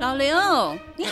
老刘，你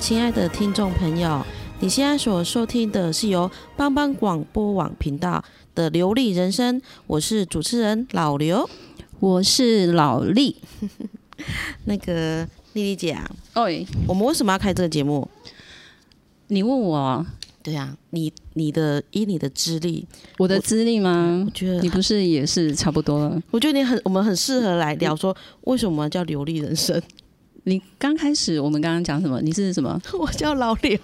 亲爱的听众朋友，你现在所收听的是由帮帮广播网频道的《流利人生》，我是主持人老刘。我是老李。那个丽丽姐啊，哎，我们为什么要开这个节目？你问我对啊，你你的以你的资历，我的资历吗我？觉你得不是也是差不多了？我觉得你很我们很适合来聊说为什么叫流利人生。 你刚开始我们刚刚讲什么？你是什么？我叫老刘，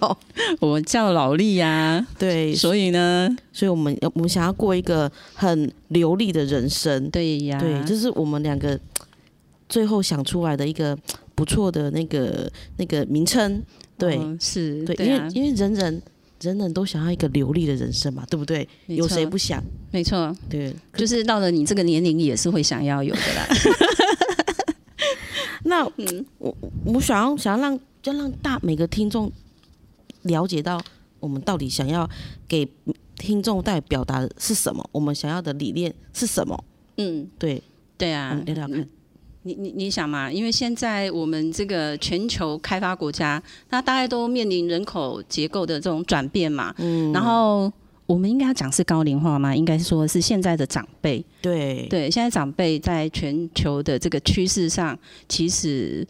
我叫老李呀、对，所所以呢，以我们我们想要过一个很流利的人生。对呀，对，这是我们两个最后想出来的一个不错的那个那个名称。对、嗯是，对，啊因为因为人人人人都想要一个流利的人生嘛，对不对？没有谁错不想？没错，对，就是到了你这个年龄也是会想要有的啦。 那、嗯我我想要想要让要让大每个听众了解到我们到底想要给听众带表达的是什么，我们想要的理念是什么？嗯，嗯对，对我啊们，聊聊看。你你你想嘛，因为现在我们这个全球开发国家，那大概都面临人口结构的这种转变嘛，嗯，然后。我们应该要讲是高龄化吗？应该说是现在的长辈，对对，现在长辈在全球的这个趋势上，其实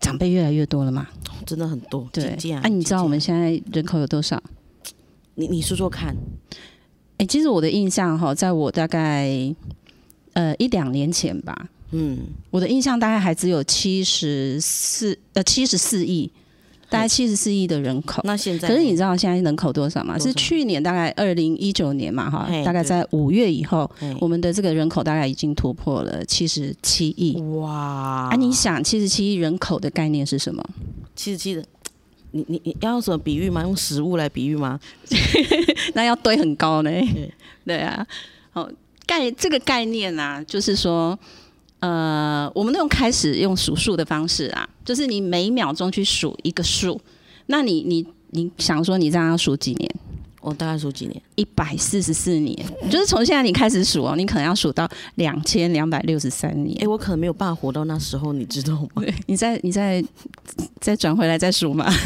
长辈越来越多了嘛。真的很多。对请，讲啊，你知道请我们讲现在人口有多少？你你说说看。哎、其实我的印象哈，在我大概呃一两年前吧，嗯，我的印象大概还只有七十四呃七十四亿，大概七十四亿的人口。那现在可呢是你知道现在人口多少吗？多少是去年大概二零一九年嘛哈嘿，大概对在五月以后，嘿我们的这个人口大概已经突破了七十七亿。哇，啊，你想七十七亿人口的概念是什么？七十七的，你你你要用什么比喻吗？用食物来比喻吗？那要堆很高呢。 对啊，好概这个概念啊，就是说，呃，我们用开始用数数的方式啊，就是你每秒钟去数一个数，那你你你想说你这样要数几年？我大概数几年？一百四十四年，就是从现在你开始数哦，你可能要数到两千两百六十三年。哎、我可能没有办法活到那时候，你知道吗？你再你再再转回来再数嘛。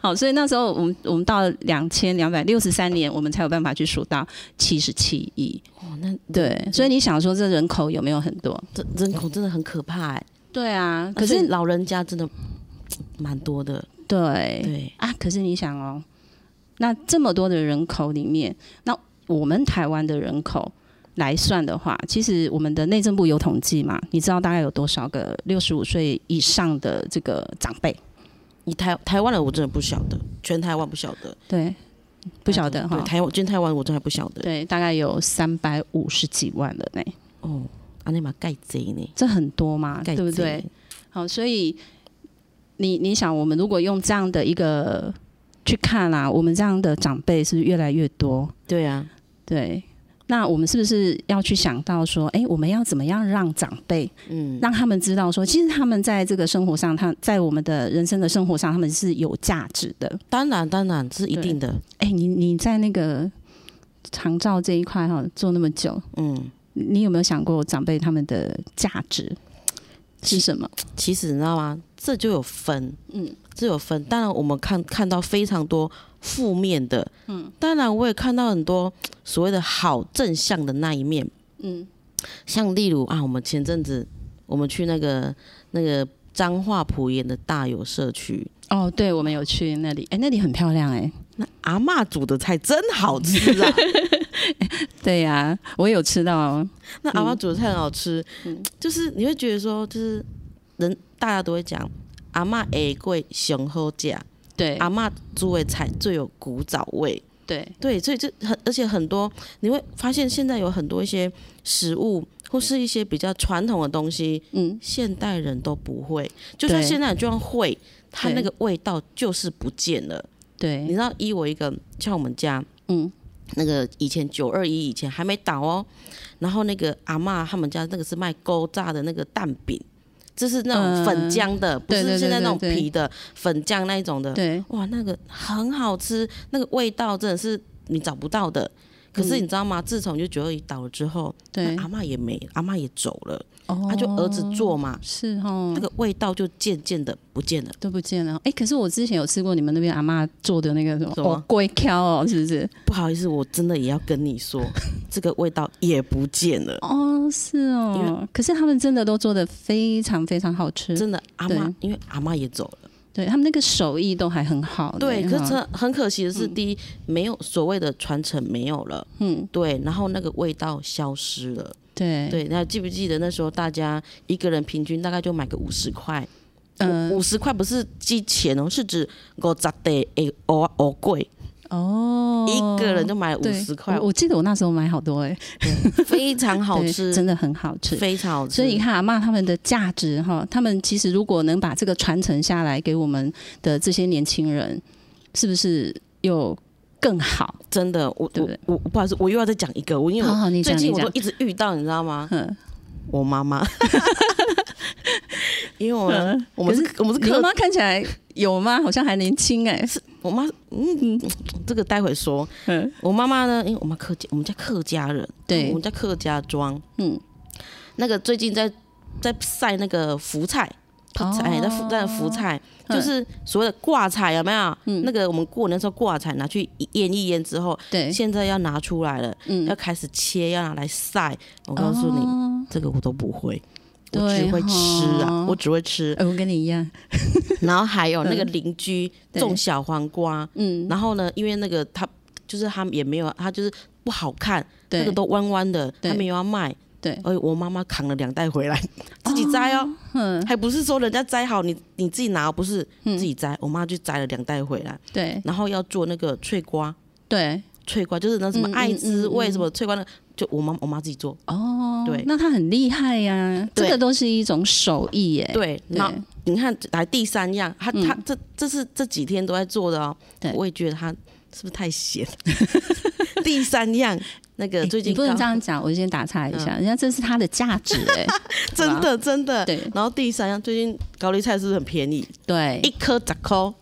好，所以那时候我们我们到两千两百六十三年，我们才有办法去数到七十七亿。哦，那对，所以你想说这人口有没有很多？这 人口 真的很可怕哎、对啊，可可是是老人家真的蛮多的，对对，啊，可是你想哦，那这么多的人口里面，那我们台湾的人口来算的话，其实我们的内政部有统计嘛，你知道大概有多少个六十五岁以上的这个长辈？你台台湾人我真的不晓得，全台湾不晓得，对，不晓得对哈。台湾全台湾我真的还不晓得，对，大概有三百五十几万了呢，哦，阿内玛盖贼呢，这很多嘛，盖对不对贼？？好，所以你你想，我们如果用这样的一个去看啦、我们这样的长辈是越来越多，对啊，对。那我们是不是要去想到说，哎，我们要怎么样让长辈，嗯，让他们知道说，其实他们在这个生活上，他在我们的人生的生活上，他们是有价值的。当然当然这是一对定的，哎，你你在那个长照这一块哈、做那么久，嗯。你有没有想过长辈他们的价值是什么？其实你知道吗？这就有分，嗯，这有分。当然，我们看看到非常多负面的，嗯，当然我也看到很多所谓的好正向的那一面，嗯，像例如啊，我们前阵子我们去那个那个彰化埔盐的大有社区，哦，对，我们有去那里，哎，那里很漂亮，哎，阿嬷煮的菜真好吃啊！对呀、我有吃到，那阿妈煮的菜很好吃，就是你会觉得说，就是人大家都会讲，阿嬷下贵熊好价，对，阿嬷煮的菜最有古早味。对，对，所以这很，而且很多你会发现，现在有很多一些食物或是一些比较传统的东西，嗯，现代人都不会。就算对现代人就算会，它对那个味道就是不见了。你对知，道，依我一个像我们家，嗯，那个以前九二一以前还没倒哦，然后那个阿嬷他们家那个是卖勾炸的那个蛋饼，就是那种粉浆的，不嗯对对对是现在那种对对皮的粉浆那一种的。对，哇，那个很好吃，那个味道真的是你找不到的。可是你知道吗？自从就九二一倒了之后，对那阿嬷也没，阿嬷也走了，哦他就儿子做嘛，是哦那，个味道就渐渐的不见了。都不见了。哎，可是我之前有吃过你们那边阿妈做的那个什么什么哦龟壳哦，是不是？不好意思，我真的也要跟你说，这个味道也不见了。哦，是因哦。可是他们真的都做的非常非常好吃，真的，阿妈对因为阿妈也走了，对他们那个手艺都还很好呢。对。可哈是真的很可惜的是，第一没有所谓的传承没有了，嗯，对。然后那个味道消失了，对，对。那记不记得那时候大家一个人平均大概就买个五十块，嗯五十块不是鸡钱哦，是指我十的诶哦哦贵，哦，一个人就买五对十块我，我记得我那时候买好多哎，非常好对吃，真的很好吃。非常好吃。所以你看阿嬷他们的价值哈，他们其实如果能把这个传承下来给我们的这些年轻人，是不是又更好？真的，我对不对我我不好意思，我又要再讲一个，我因为好我好，你最讲近你我都讲，一直遇到，你知道吗？嗯， 我妈 妈，因为我们我们是我们是嗯你妈客，妈看起来有吗？好像还年轻哎、我妈嗯，这个待会说。嗯我妈妈呢，因为我妈客家，我们家客家人，对我们家客家庄，嗯，那个最近在在晒那个福菜。哎，在福在福菜，嗯就是所谓的挂彩，有没有？嗯那个我们过年的时候挂彩拿去腌一腌之后，对，现在要拿出来了，嗯要开始切，要拿来晒。我告诉你，哦这个我都不会，我对只会吃啊吼，我只会吃。哎我跟你一样， 然后还有那个邻居对种小黄瓜，嗯，然后呢，因为那个他就是他也没有，他就是不好看，对那个都弯弯的，对他没有要卖。对，而哎我妈妈扛了两袋回来，自己摘哦，嗯，还不是说人家摘好你你自己拿，不是嗯自己摘。我妈就摘了两袋回来，对然后要做那个脆瓜，对，脆瓜就是那什么嗯嗯爱滋嗯味嗯什么脆瓜，那个就我妈我妈自己做。哦，对那他很厉害呀、这对个都是一种手艺耶、对，那对嗯你看来第三样，他他这这是这几天都在做的哦对。我也觉得他是不是太闲？ 第三样那个哎最近你不能刚嗯这样讲，我先打岔一下，人家这是他的价值哎、 真的真的。对然后第三样最近高丽菜是不是很便宜？对，一颗十块，哦，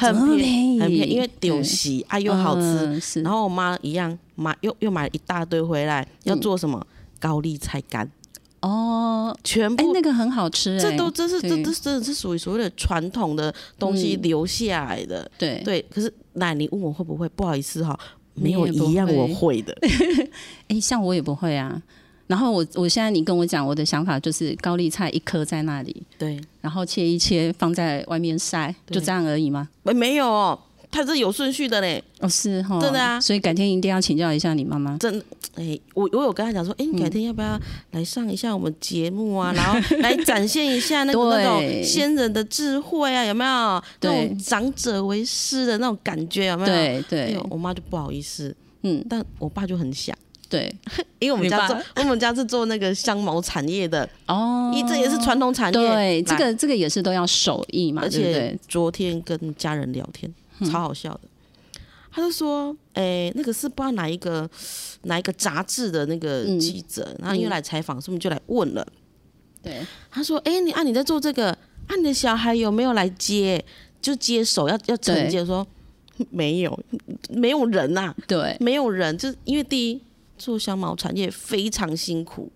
怎么那么很便宜，很便宜，因为对丢席啊又好吃。嗯是，然后我妈一样买又又买了一大堆回来，要嗯做什么高丽菜干，哦，全哎、部那个很好吃、哎，这都这是这对这真的是属于所谓的传统的东西嗯留下来的。对对，可是奶，你问我会不会？不好意思哈、你没也有一样我会的。 哎、像我也不会啊。然后我我现在你跟我讲，我的想法就是高丽菜一颗在那里，对，然后切一切放在外面晒，对就这样而已吗？没没有哦，它是有顺序的嘞。哦，是哈，真的啊所以改天一定要请教一下你妈妈。真，哎，我我有跟他讲说，哎，嗯你改天要不要来上一下我们节目啊？然后来展现一下那个 对那种先人的智慧啊，有没有？那对种长者为师的那种感觉，有没有？对哎对呦，，我妈就不好意思，嗯，但我爸就很想，对，因为我们你家爸做我们家是做那个香茅产业的，哦，一这也是传统产业。对，这来个这个也是都要手艺嘛，而对不且对？嗯昨天跟家人聊天，超好笑的。他就说：“哎、那个是不知道哪一个哪一个杂志的那个嗯记者，然后因为来采访，所以我们就来问了。对，他说：‘哎、你啊，你在做这个，啊，你的小孩有没有来接？就接手要要承接？’说没有，没有人啊呐、对，没有人，就是因为第一做香茅产业非常辛苦，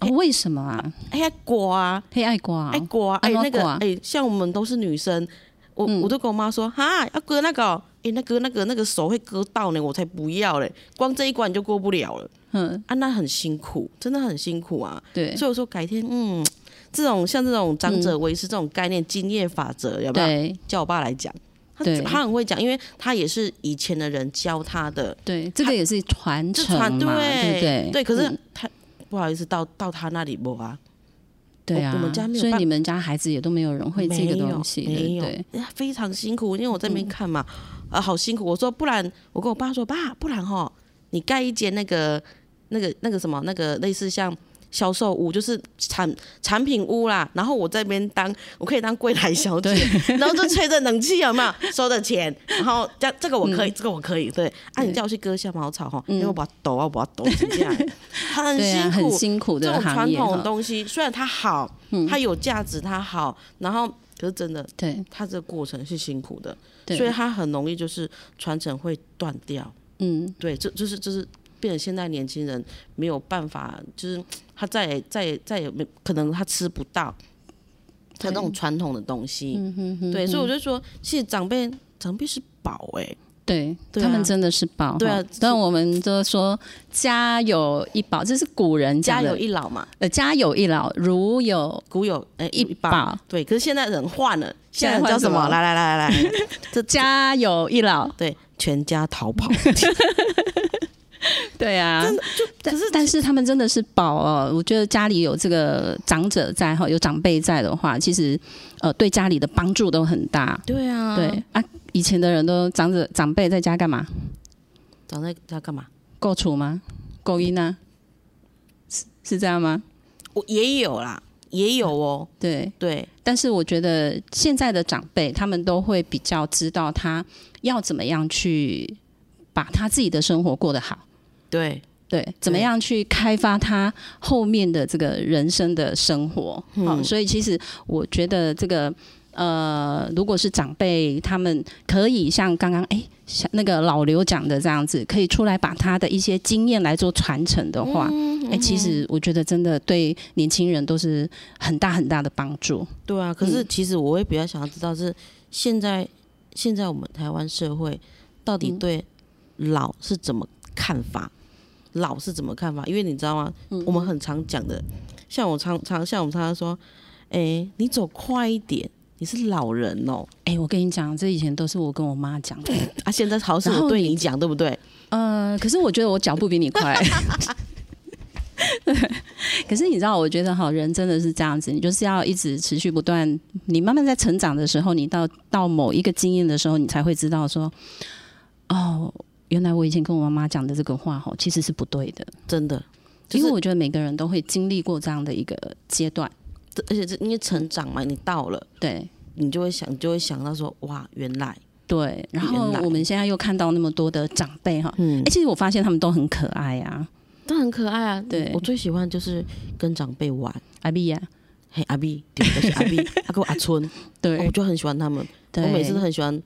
哦为什么啊？哎呀，果啊，黑爱瓜啊，哎果啊，哎啊那个果啊哎，像我们都是女生，我嗯我都跟我妈说，哈，要割那个哦，哎，那割那个那个手会割到呢，我才不要嘞，光这一关你就过不了了嗯，啊，那很辛苦，真的很辛苦啊。对所以我说改天，嗯，这种像这种长者为师这种概念，经验法则有没有？对叫我爸来讲，他对他很会讲，因为他也是以前的人教他的，对，这个也是传就承传嘛，对不对对？可嗯是他不好意思到到他那里不啊，对啊，我们家没有所以办你们家孩子也都没有人会这个东西，对没不有，对？嗯没有非常辛苦，因为我在那边看嘛，呃，好辛苦。我说不然，我跟我爸说，爸，不然哈，你盖一间那个那个那个什么那个类似像。销售屋就是产产品屋啦，然后我这边当我可以当柜台小姐，然后就吹着冷气有没有收着钱，然后这这个我嗯可以，这个我可以，对，啊你叫我去割下茅草哈，因为我把它抖啊，我把它抖成这 样，很对辛啊，苦，很辛苦这的种行传业统的哈，嗯东西，虽然它好，它有价值，它好，然后可是真的，对它这个过程是辛苦的，所以对，它很容易就是传承会断掉。嗯，对，这就是就是变成现在年轻人没有办法，就是他再也再也再也没可能他吃不到他那种传统的东西。嗯对，所以我就说，其实长辈长辈是宝哎、对对他们啊真的是宝哈，对啊但我们就说家有一宝，这是古人家讲有的，一老嘛，呃，家有一老，如有古有哎、一宝宝。对，可是现在人换了，现现在在人换叫什什么？么来来来来来。 家有一老，对，全家逃跑。对啊，可是但是他们真的是宝哦，我觉得家里有这个长者在哈，有长辈在的话，其实呃对家里的帮助都很大。对啊，对，啊，以前的人都长者长辈在家干嘛？长在他干嘛？够处吗？够音啊？是是这样吗？我也有啦，也有哦。对，对，但是我觉得现在的长辈他们都会比较知道他要怎么样去把他自己的生活过得好。对，对，怎么对样去开发他后面的这个人生的生活？好、所以其实我觉得这个呃，如果是长辈，他们可以像刚刚哎，像那个老刘讲的这样子，可以出来把他的一些经验来做传承的话，哎、其实我觉得真的对年轻人都是很大很大的帮助。对啊。可是其实我会比较想要知道是现在现在我们台湾社会到底对老是怎么看法？老是怎么看法？因为你知道吗？我们很常讲的，像我常常像我们常常说，哎、你走快一点，你是老人哦、哎、我跟你讲，这以前都是我跟我妈讲的，啊，现在好像然是后我对你讲，对不对？呃，可是我觉得我脚步比你快。 可是你知道，我觉得哈，人真的是这样子，你就是要一直持续不断，你慢慢在成长的时候，你到到某一个经验的时候，你才会知道说，哦，原来我以前跟我妈妈讲的这个话哈，其实是不对的，真的，就因是为我觉得每个人都会经历过这样的一个阶段，这而且是因为成长嘛，你到了。对。你就会想，你就会想到说，哇，原来，对，然后原来我们现在又看到那么多的长辈哈，嗯哎、其实我发现他们都很可爱啊，都很可爱啊。对我最喜欢就是跟长辈玩，阿碧呀，嘿，阿碧，对，就是阿碧，阿跟我阿春，对，我就很喜欢他们。对我每次都很喜欢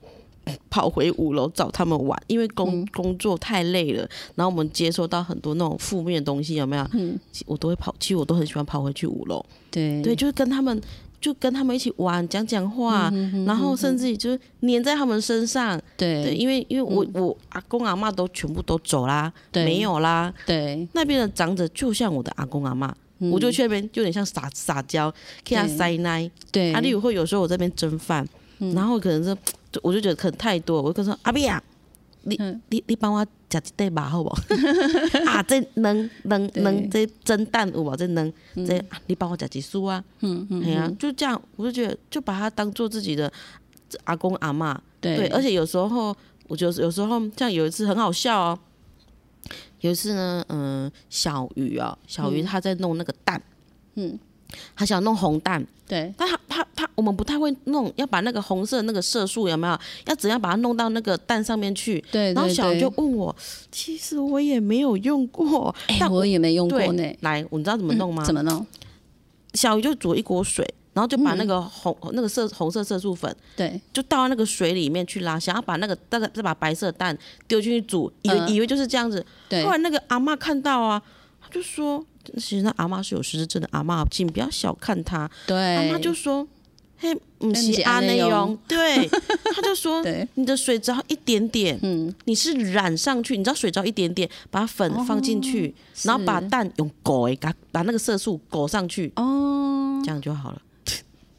跑回五楼找他们玩，因为工、工作太累了，然后我们接收到很多那种负面的东西，有没有？嗯其我都会跑，其实我都很喜欢跑回去五楼，对对，就是跟他们。就跟他们一起玩，讲讲话，然后甚至于就是黏在他们身上，对，对嗯因为因为我、我阿公阿妈都全部都走啦，对没有啦，对，那边的长者就像我的阿公阿妈，嗯我就去那边就有点像撒撒娇，给他对塞奶。嗯对，嗯啊，例如会有时候我这边蒸饭，然后可能是就我就觉得可能太多，我就跟他说阿碧啊，你嗯你你帮我夹一袋吧，好不好？啊，这能能对能这蒸蛋有无？这能这啊，你帮我夹几束啊？嗯嗯，哎呀，就这样，我就觉得就把他当做自己的阿公阿妈，对对，而且有时候，我觉得有时候像有一次很好笑哦，有一次呢，嗯、小鱼啊、小鱼他在弄那个蛋，嗯，他想弄红蛋，对但他他他我们不太会弄，要把那个红色那个色素有没有，要怎样把它弄到那个蛋上面去？对，然后对小鱼对就问我，其实我也没有用过，哎、但我也没用过呢对，，来，你知道怎么弄吗？嗯怎么弄？小鱼就煮一锅水，然后就把那嗯个红、那个色红色色素粉对就倒到那个水里面去啦，想要把那个那个再把白色的蛋丢进去煮，以为、嗯以为就是这样子。对后来那个阿嬷看到啊，他就说，其实那阿妈是有失智症的阿妈，请不要小看她。对，阿妈就说：“嘿，不不是是阿安内内 容容。”对，他就说对，：“你的水只要一点点，嗯，你是染上去，你知道水只要一点点，把粉放进去，然后把哦是蛋用狗诶，把把那个色素狗上去，哦，这样就好了。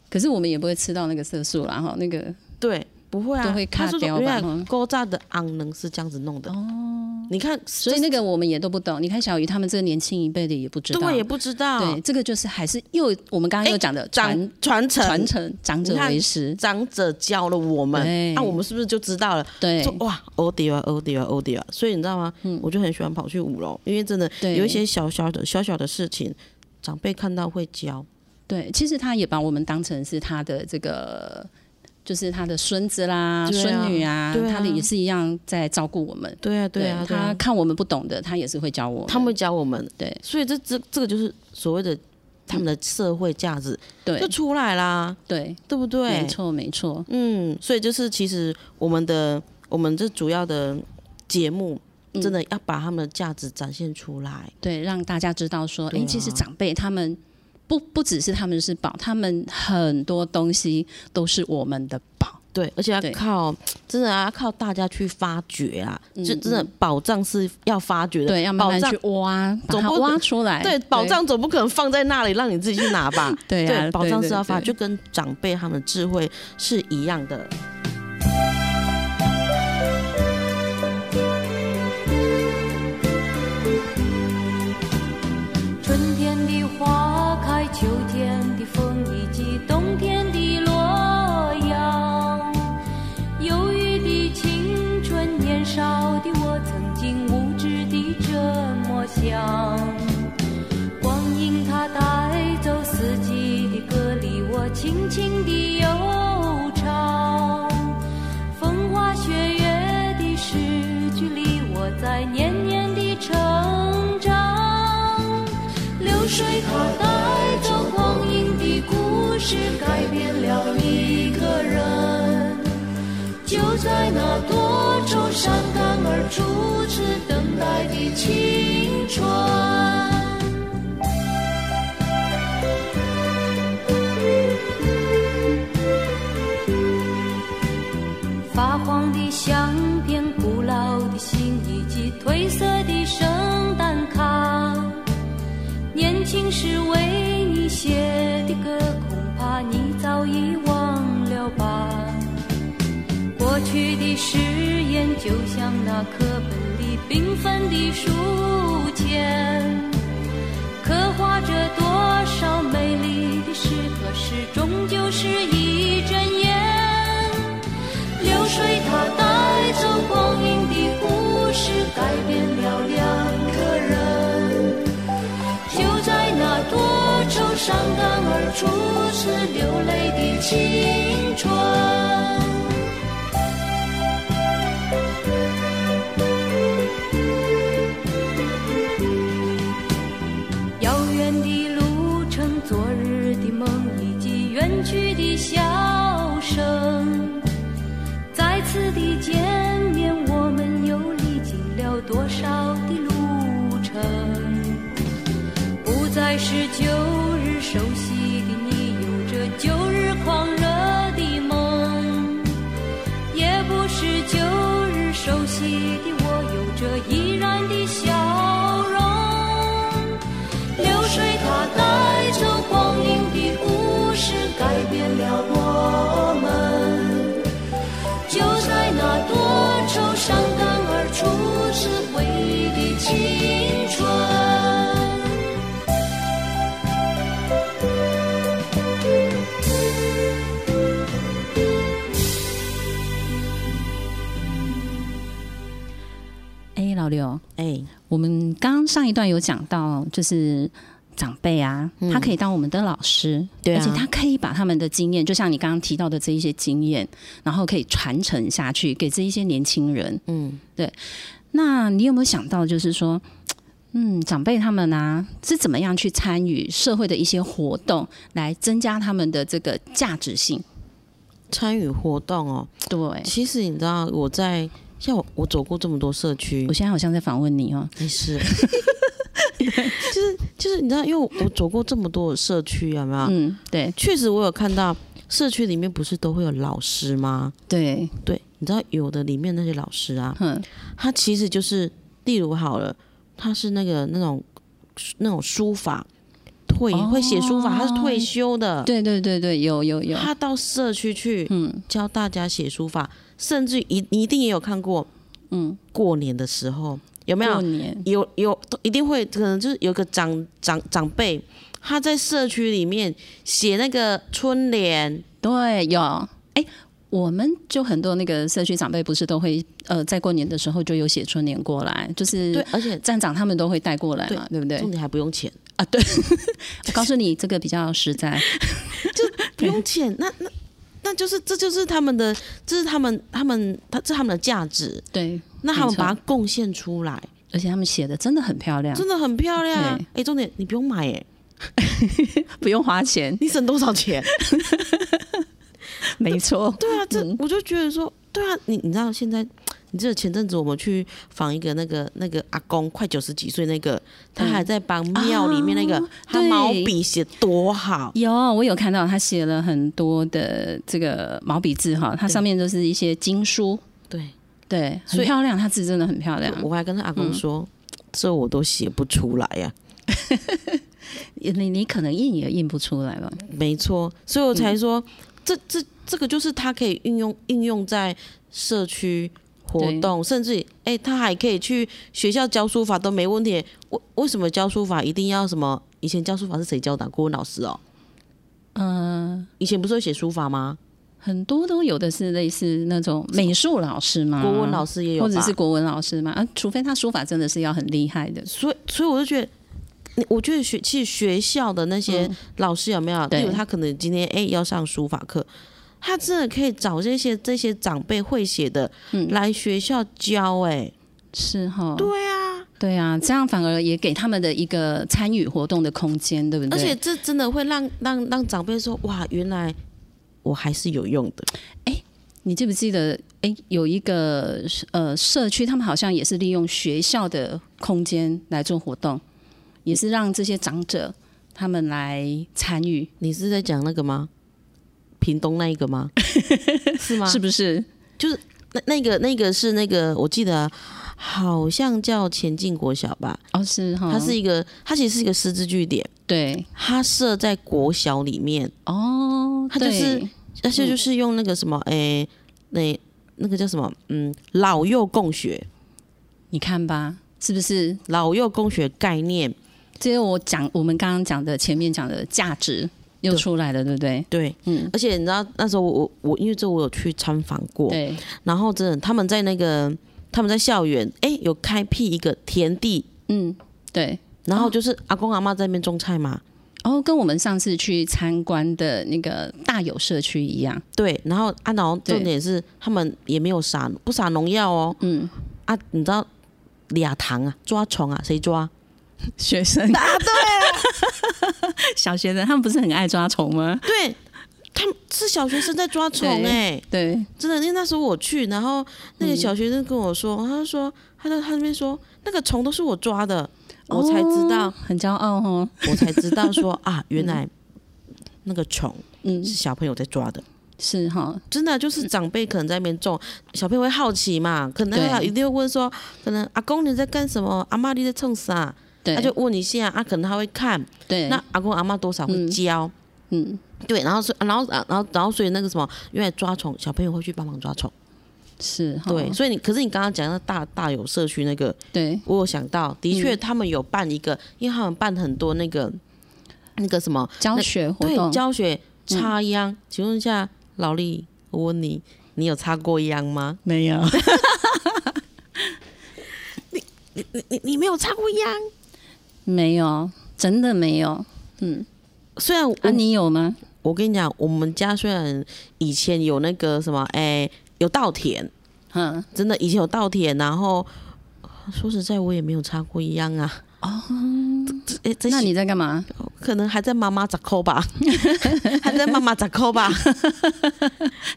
可是我们也不会吃到那个色素啦，哈，那个对，不会啊，都会他卡说掉吧嗯原哈来勾炸的昂能是这样子弄的。哦，你看，所以那个我们也都不懂。你看小鱼他们这个年轻一辈的也不知道，对我也不知道，哎对，这个就是还是又我们刚刚又讲的传长传承传承，长者你看为师，长者教了我们啊对，那、我们是不是就知道了？对嗯说哇，欧迪啊，欧迪啊，欧迪啊！所以你知道吗？我就很喜欢跑去五楼，因为真的对有一些小小的小小的事情，长辈看到会教。对。其实他也把我们当成是他的这个。就是他的孙子啦、对啊孙女啊，对啊他的也是一样在照顾我们。对啊，对啊，对他啊看我们不懂的，他也是会教我们。他们教我们，对所以这这这个就是所谓的他们的社会价值、就嗯对出来啦，对，对不对？没错没错，嗯，所以就是其实我们的我们这主要的节目，嗯真的要把他们的价值展现出来。对，让大家知道说，哎、对啊其实长辈他们不不只是他们是宝，他们很多东西都是我们的宝。对，而且要对靠真的要靠大家去发掘啊，嗯就真的嗯宝藏是要发掘的。对，要慢慢宝藏去挖，把总它不挖出来。对，宝藏总不可能放在那里让你自己去拿吧？ 对啊，对，宝藏是要发，对就跟长辈他们的智慧是一样的。春天的花开，秋天的风以及冬天的洛阳。忧郁的青春，年少的我曾经无知地这么想。光阴它带走四季的歌里，我轻轻地悠唱。风花雪月的诗句里，我在年年的成长。流水它带走光阴的故事，改变了一个人。就在那多愁善感而初次等待的青春。发黄的相片、古老的信以及褪色的圣诞卡。年轻时为你写的歌，恐怕你早已忘了吧。过去的誓言，就像那课本里缤纷的书签。刻画着多少美丽的时刻，始终就是一阵烟。流水它带走光阴的故事，改变了两个人。就在那多愁善感而初次流泪的青春。遥远的路程，昨日的梦，以及远去的笑声。再次的见面，我们又历经了多少的路程？不再是旧日熟悉的你，有着旧日狂热的梦。也不是旧日熟悉的我，有着依然的笑容。流水它带走光阴的故事，改变了我们。就在那多愁善感而初次回忆的青春。对哎，老刘，哎，我们刚刚上一段有讲到，就是长辈啊，他可以当我们的老师，嗯对啊而且他可以把他们的经验，就像你刚刚提到的这一些经验，然后可以传承下去给这一些年轻人。嗯，那你有没有想到，就是说，嗯，长辈他们啊，是怎么样去参与社会的一些活动，来增加他们的这个价值性？参与活动哦，对，其实你知道我在像我我走过这么多社区 我，现在好像在访问你哦，没事，就是就是你知道，因为我走过这么多的社区，有没有？嗯，对确实我有看到社区里面不是都会有老师吗？对，对，你知道有的里面那些老师啊，嗯，他其实就是，例如好了，他是那个那种那种书法退、哦会写书法，他是退休的，对对对对，有有有，他到社区去嗯教大家写书法，甚至一你一定也有看过嗯，过年的时候有没过有？年有有都一定会，可能就是有个长长长辈，他在社区里面写那个春联，对有，哎、我们就很多那个社区长辈不是都会呃，在过年的时候就有写春联过来，就是对，而且站长他们都会带过来嘛，哎对不对？重点还不用钱，啊，对， 我告诉你，这个比较实在。不用钱，那那那就是这就是他们的，这是他们他们他这是他们的价值，对，那他没们错把它贡献出来，而且他们写的真的很漂亮，真的很漂亮啊对。哎，重点你不用买，哎，不用花 钱，你省多少钱？没错。对啊，这嗯我就觉得说，对啊，你你知道现在，你记得前阵子我们去访一个那个那个阿公，快九十几岁那个，他还在帮庙里面那个，啊他对毛笔写多好，有，我有看到他写了很多的这个毛笔字哈，它上面都是一些经书，对，对，所很以漂亮，他字真的很漂亮。我还跟他阿嗯公说，这我都写不出来啊呀、你你可能印也印不出来吧？没错，所以我才说，这这这个就是他可以运用应用在社区活动，甚至哎、他还可以去学校教书法都没问题。为为什么教书法一定要什么？以前教书法是谁教的啊？国文老师哦。嗯、以前不是有写书法吗？很多都有的是类似那种美术老师嘛，国文老师师也有吧，或者是国文老师嘛，啊，除非他书法真的是要很厉害的，所以所以我就觉得。你我觉得学其实学校的那些老师有没有？嗯对例如他可能今天哎、要上书法课，他真的可以找这些这些长辈会写的、嗯来学校教哎、是哈？对啊，对啊，这样反而也给他们的一个参与活动的空间，对不对？而且这真的会让让让长辈说哇，原来我还是有用的。你记不记得？哎，有一个呃社区，他们好像也是利用学校的空间来做活动，也是让这些长者他们来参与，你是在讲那个吗？屏东那一个 吗？是吗？是不是？那那个那个是那个，我记得啊、好像叫前进国小吧，哦，是哈，它是一个，它其实是一个师资据点，对它设在国小里面，哦，它就是对而且就是用那个什么，诶、那、那个叫什么，嗯，老幼共学，你看吧，是不是？老幼共学概念，这是我讲我们刚刚讲的前面讲的价值又对出来了，对不对？对，嗯，而且你知道那时候我我我因为这我有去参访过，对，然后真的他们在那个他们在校园，哎、有开辟一个田地，嗯，对。然后就是阿公阿妈在那边种菜嘛，然后跟我们上次去参观的那个大有社区一样，对，然后啊，然后对重点是他们也没有撒不撒农药哦，嗯，啊，你知道俩糖啊，抓虫啊，谁抓？学生答啊对了， 小学生他们不是很爱抓虫吗？对，他们是小学生在抓虫对哎、对，真的，因为那时候我去，然后那个小学生跟我说，他就说他在他那边说那个虫都是我抓的，我才知道，哦很骄傲哦，我才知 道说啊，原来那个虫嗯是，小朋友在抓的。是哈，真的啊就是长辈可能在那边种，小朋友会好奇嘛，可能对他一定会问说，可能阿公你在干什么？阿妈你在冲啥？对，他就问一下，啊，可能他会看，对，那阿公阿妈多少会嗯教，嗯，对，然后所以然后然后然后所以那个什么，原来抓虫小朋友会去帮忙抓虫，是哈，对，所以你可是你刚刚讲的大大有社区那个，对，我有想到，的嗯确他们有办一个，因为他们办很多那个那个什么教学活对动，嗯教学插秧，请问一下老李，我问你，你有插过秧吗？没有，你你你没有插过秧？ 没有，真的没有。嗯，虽然我、啊，你有吗？我跟你讲，我们家虽然以前有那个什么，哎、有稻田，嗯，真的以前有稻田，然后说实在，我也没有插过秧啊。哦，这这哎这那些你在干嘛？可能还在妈妈咋 抠吧，还在妈妈咋抠吧？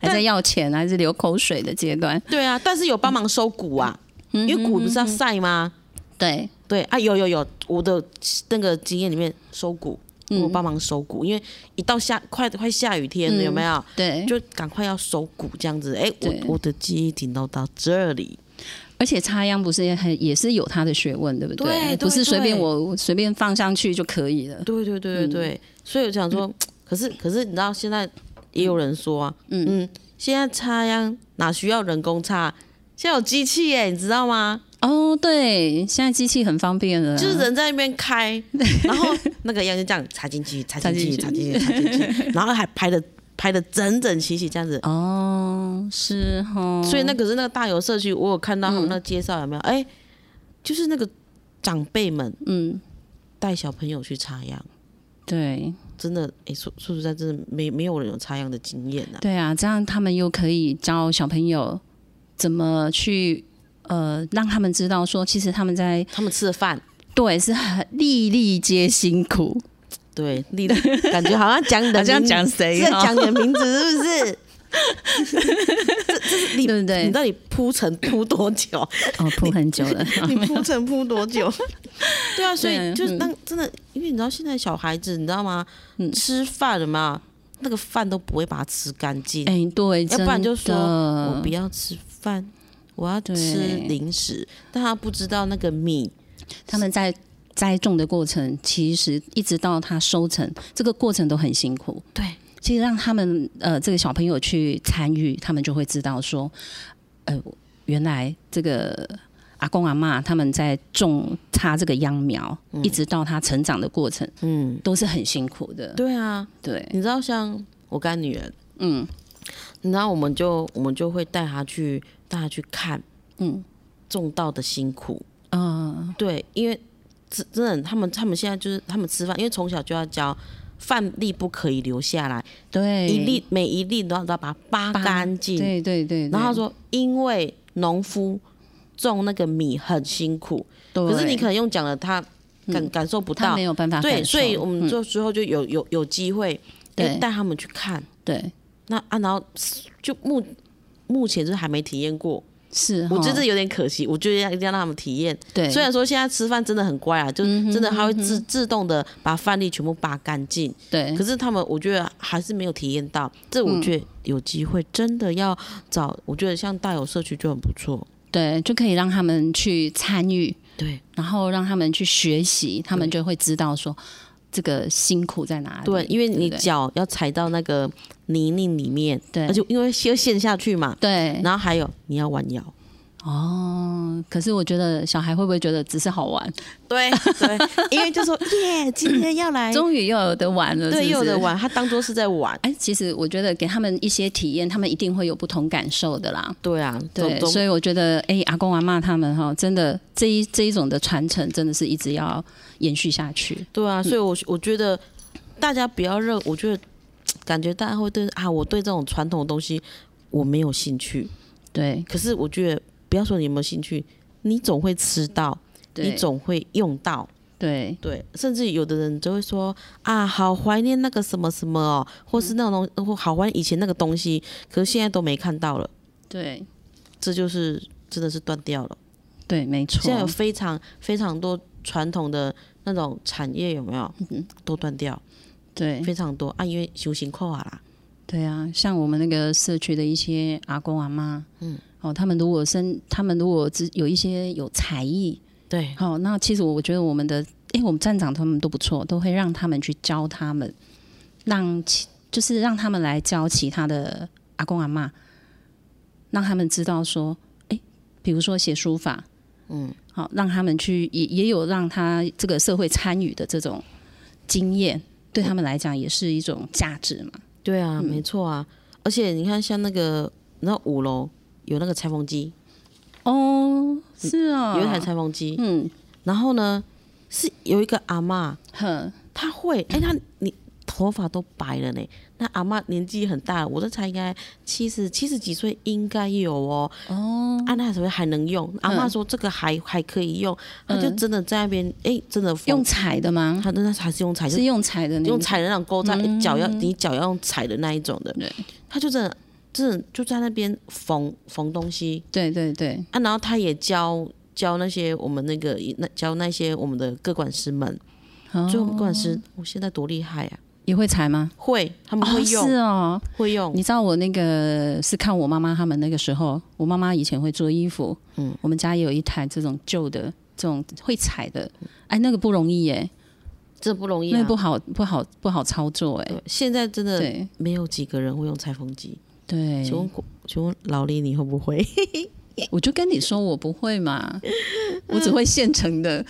还在要钱还是流口水的阶段？嗯对啊，但是有帮忙收谷啊，因为谷不是要晒吗？对对啊，有有有，我的那个经验里面收谷，嗯我帮忙收谷，因为一到下快快下雨天嗯了，有没有？对，就赶快要收谷这样子。哎、哎对我我的记忆停留到这里。而且插秧不是也很也是有它的学问，对不对对不是随便对我我随便放上去就可以了。对对对对对，所以我想说，可是可是你知道现在也有人说啊，嗯现在插秧哪需要人工插？现在有机器耶、你知道吗？哦，对，现在机器很方便了啊，就是人在那边开，然后那个秧就这样插进去，插进去，插插进进去，插进 去，然后还排的排的整整齐齐这样子。哦，是哦，所以那可是那个大游社区，我有看到他们那个介绍有没有？哎、就是那个长辈们嗯，带小朋友去插秧，对真的，哎、说说实在，真的没没有人有插秧的经验呐、对啊，这样他们又可以教小朋友怎么去呃，让他们知道说，其实他们在他们吃的饭。对是很粒粒皆辛苦，对，你 的感觉好像讲你的名，好像讲谁是在哦讲你的名字，是不是？ 这这是你对不对你到底铺陈铺多 久？哦，铺很久了，你铺陈铺多久？ 对啊，所对以就是嗯当真的，因为你知道现在小孩子，你知道吗？吃饭了嘛，那个饭都不会把它吃干净。哎，对，要不然真就说的我不要吃饭，我要对吃零食，但他不知道那个米，他们在栽种的过程，其实一直到它收成，这个过程都很辛苦。对，其实让他们呃这个小朋友去参与，他们就会知道说，呃，原来这个阿公阿嬷他们在种插这个秧苗，一直到它成长的过程嗯，都是很辛苦的。对啊，对，你知道像我干女儿，嗯然后我们就我们就会带她去带她去看嗯种稻的辛苦，啊对，因为真真的他们他们现在就是他们吃饭，因为从小就要教。饭粒不可以留下来，对，一粒每一粒都要都要把它扒扒干净。对对对，然后他说，因为农夫种那个米很辛苦，对，可是你可能用讲了，他感、感受不他到没。有办法对，感受所以我嗯们就之后就有有有机会，对诶带他们去看。对那啊，然后就目目前就是还没体验过，是哈，我觉得有点可惜。我觉得要一定要让他们体验。哦对，虽然说现在吃饭真的很乖啊，就嗯哼真的他会自自动的把饭粒全部扒干净，对可是他们我觉得还是没有体验到。这我嗯觉得有机会真的要找，我觉得像大有社区就很不错。对，就可以让他们去参与，对然后让他们去学习，他们对就会知道说这个辛苦在哪里。对，因为你对不对脚要踩到那个泥泞里面，对而且因为先陷下去嘛，对然后还有你要弯腰，哦，可是我觉得小孩会不会觉得只是好玩？对 对，因为就说耶，今天要来，终于又有的玩了，哎对，是不又有是的。玩，他当做是在玩，哎，其实我觉得给他们一些体验，他们一定会有不同感受的啦。对啊，对，总所以我觉得，哎、阿公阿妈他们哈，真的这一这一种的传承，真的是一直要延续下去。对啊，嗯所以我我觉得大家不要认，我觉得感觉大家会对啊，我对这种传统的东西我没有兴趣，对，可是我觉得不要说你有没有兴趣，你总会吃到，对你总会用到。对对，甚至有的人就会说啊，好怀念那个什么什么哦，或是那种东，或好怀念以前那个东西，可是现在都没看到了，对这就是真的是断掉了。对，没错。现在有非常非常多传统的那种产业有没有？都断掉，对非常多啊，因为修行扣啊啦，对啊，像我们那个社区的一些阿公阿妈，嗯，哦，他们如果生，他们如果只有一些有才艺，对好、那其实我觉得我们的，哎，我们站长他们都不错，都会让他们去教他们，让其就是让他们来教其他的阿公阿妈，让他们知道说，哎，比如说写书法，嗯，好、让他们去也也有让他这个社会参与的这种经验，对他们来讲也是一种价值嘛。对啊，没错啊。而且你看，像那个那五楼有那个裁缝机，哦，是啊，有一台裁缝机，嗯，然后呢是有一个阿嬷。哼，他会，哎、他你头发都白了呢。那阿妈年纪很大了，我这才应该七十七十几岁，应该有哦。哦，啊，那什么还能用？阿妈嗯说这个还、还可以用，他就真的在那边，哎、真的缝用，踩的吗？他真的还是用踩，就是用踩的那用种踩的那种勾在诶脚、要你脚要用踩的那一种的对。他就真的真的就在那边缝缝东西对对对，啊，然后他也教教那些我们那个那教那些我们的各管师们，哦就我们各管师，我现在多厉害啊！也会裁吗？会，他们嗯会用，是哦，会用你。知道我那个是看我妈妈他们那个时候，我妈妈以前会做衣服，嗯，我们家也有一台这种旧的，这种会裁的，哎，那个不容易耶，这不容易、那啊个。不好不好不好操作哎，对现在真的对没有几个人会用裁缝机。对，请问国，请问老李，你会不会？ 我就跟你说我不会嘛， 我只会现成的，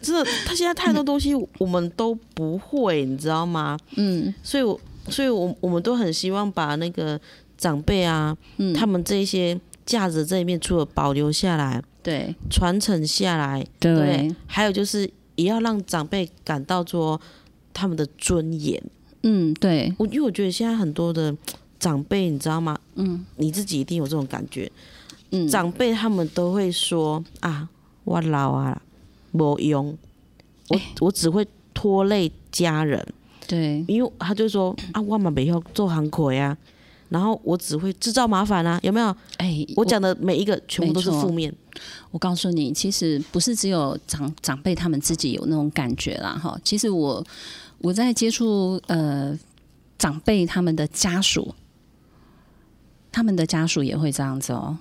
真的，他现在太多东西我们都不会，你知道吗？嗯所以我，所以我我们都很希望把那个长辈啊，嗯，他们这一些价值这一面，除了保留下来、对传承下来，对对不对，还有就是也要让长辈感到说他们的尊严。嗯对，我因为我觉得现在很多的长辈，你知道吗？嗯，你自己一定有这种感觉，嗯长辈他们都会说啊，我老啊，没用，我、我只会拖累家人，对因为他就说啊，我嘛没要做行规啊，然后我只会制造麻烦啊，有没有？哎，我讲的每一个全部都是没错负面，我告诉你，其实不是只有长长辈他们自己有那种感觉啦，哈。其实我我在接触呃长辈他们的家属，他们的家属也会这样子哦。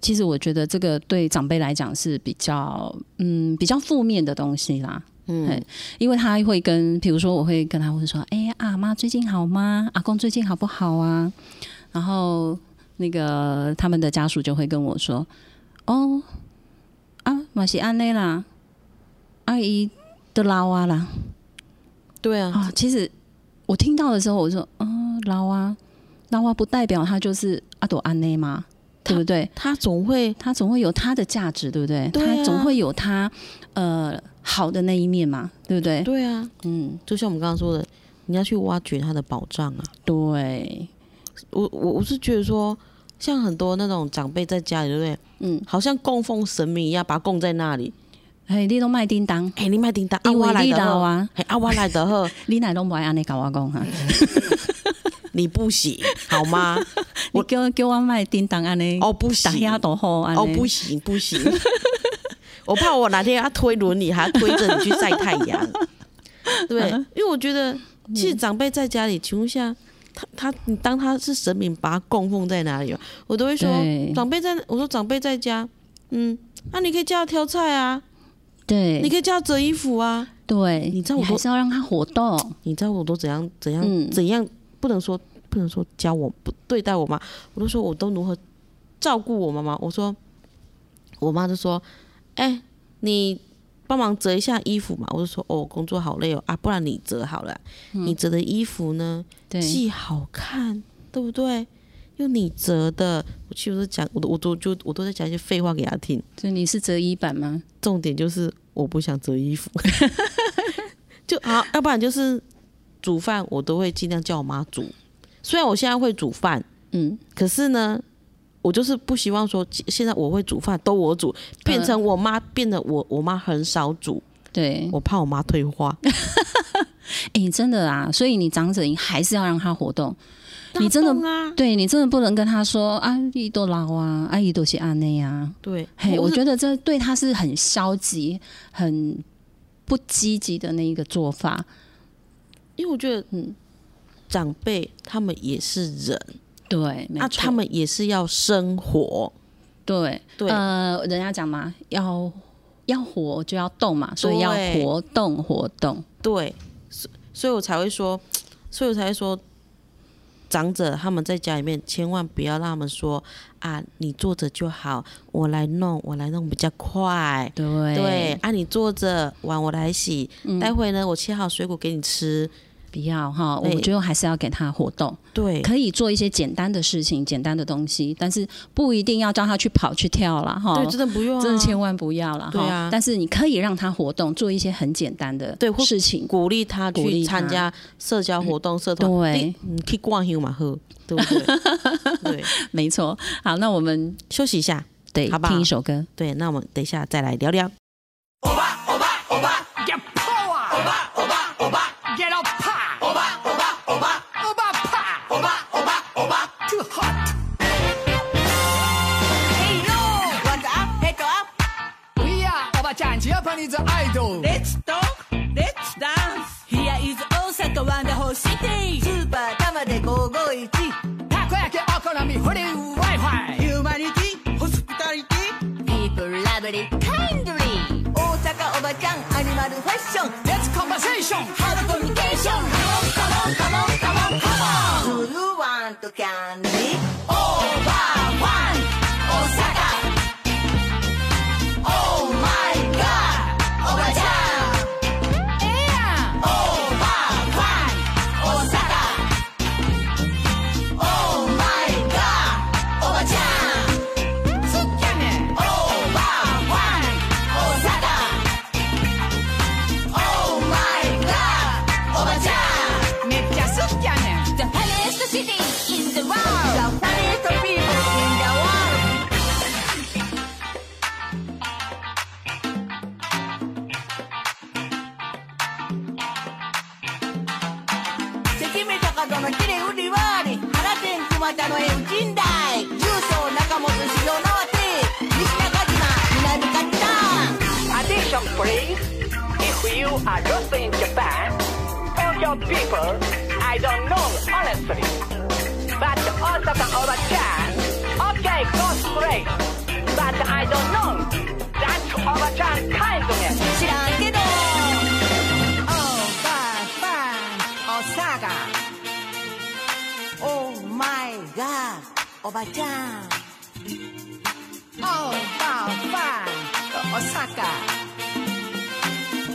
其实我觉得这个对长辈来讲是比较嗯比较负面的东西啦。嗯，因为他会跟，比如说我会跟他会说，哎、阿妈最近好吗？阿公最近好不好啊？然后那个他们的家属就会跟我说，哦，啊，嘛是安内啦，阿姨的老啊啦对啊，啊。其实我听到的时候，我说，嗯，老啊，老啊不代表他就是阿朵安内嘛，对不对？他总会他总会有他的价值，对不对？对啊他总会有他呃好的那一面嘛，对不对？对啊，嗯，就像我们刚刚说的，你要去挖掘他的宝藏啊。对，我我我是觉得说，像很多那种长辈在家里，对不对？嗯，好像供奉神明一样，把它供在那里。嘿，你都卖叮当，哎、你买叮当，阿因我来为你的老呵，啊，哎，阿我来的呵，你奶都不爱安内搞我讲哈，你不行好吗？你给我给我卖叮当安内，哦，不打行压，都好安哦，不行不行， 我怕我哪天要推轮椅，还要推着你去晒太 阳，对，嗯因为我觉得其实长辈在家里，请问一下。他他，你当他是神明，把他供奉在哪里啊？我都会说对长辈在，我说长辈在家，嗯，那、你可以叫他挑菜啊，对，你可以叫他折衣服啊。对，你知道我还都是要让他活动，你知道我都怎样怎样、嗯怎样，不能说不能说教我不对待我妈，我都说我都如何照顾我妈妈。我说，我妈就说，哎、你帮忙折一下衣服嘛。我就说，哦，工作好累哦啊，不然你折好了啊，你折的衣服呢，嗯对，既好看，对不对？又你折的，我其实都讲，我都我都就我都在讲一些废话给她听。所以你是折衣板吗？重点就是我不想折衣 服，就好，要不然就是煮饭我都会尽量叫我妈煮。虽然我现在会煮饭，嗯，可是呢，我就是不希望说现现在我会煮饭都我煮，嗯变成我妈变得我我妈很少煮，对，我怕我妈退化。哎、真的啊，所以你长者营还是要让他活动，你真的嗯大动啊？对你真的不能跟他说啊，你都老啊，阿姨都是安内啊，对， 嘿，我我是觉得这对他是很消极、很不积极的那一个做法，因为我觉得嗯，长辈他们也是人，对，没啊，错，他们也是要生活，对对呃，人家讲嘛，要要活就要动嘛，所以要对活动活动，对，所所以我才会说，所以我才会说，长者他们在家里面千万不要让他们说啊，你坐着就好，我来弄，我来弄比较快。对对，，啊，你坐着，碗我来洗，嗯待会呢，我切好水果给你吃。不要哈，对我觉得还是要给他活动，对，可以做一些简单的事情、简单的东西，但是不一定要叫他去跑去跳啦。哈对，。真的不用、啊，真的千万不要了对哈、啊但是你可以让他活动，做一些很简单的对或事情。 鼓励他鼓去励参他加社交活动、社团。哎对你，你去逛休嘛喝，对不对？ 对，没错。好，那我们休息一下。得好吧听一首歌。对，那我们等一下再来聊聊。 Hey yo, what's up? Head up. Japan is an idol Let's talk, let's dance. Here is Osaka wonderful city. スーパー玉で551。たこ焼きお好みフリー Wi-Fi ヒューマニティ、ホスピタリティ。 People lovely, 大 kindly. 阪おばちゃん、アニマルファッション。 Let's conversation ハードコミュニケーション。カモンカモンカモンカモンカモン。Do you want candy? Over one. Osaka. Oh my god. おばちゃん。 The funniest city in the world. Attention please, if you are just in Japan, all your people, I don't know honestly, but Osaka Oba-chan, okay, go straight, but I don't know, that Oba-chan kindness. 知らんけど Oh, fun, fun, Osaka Oh my god おばちゃん Oh, fun, fun, Osaka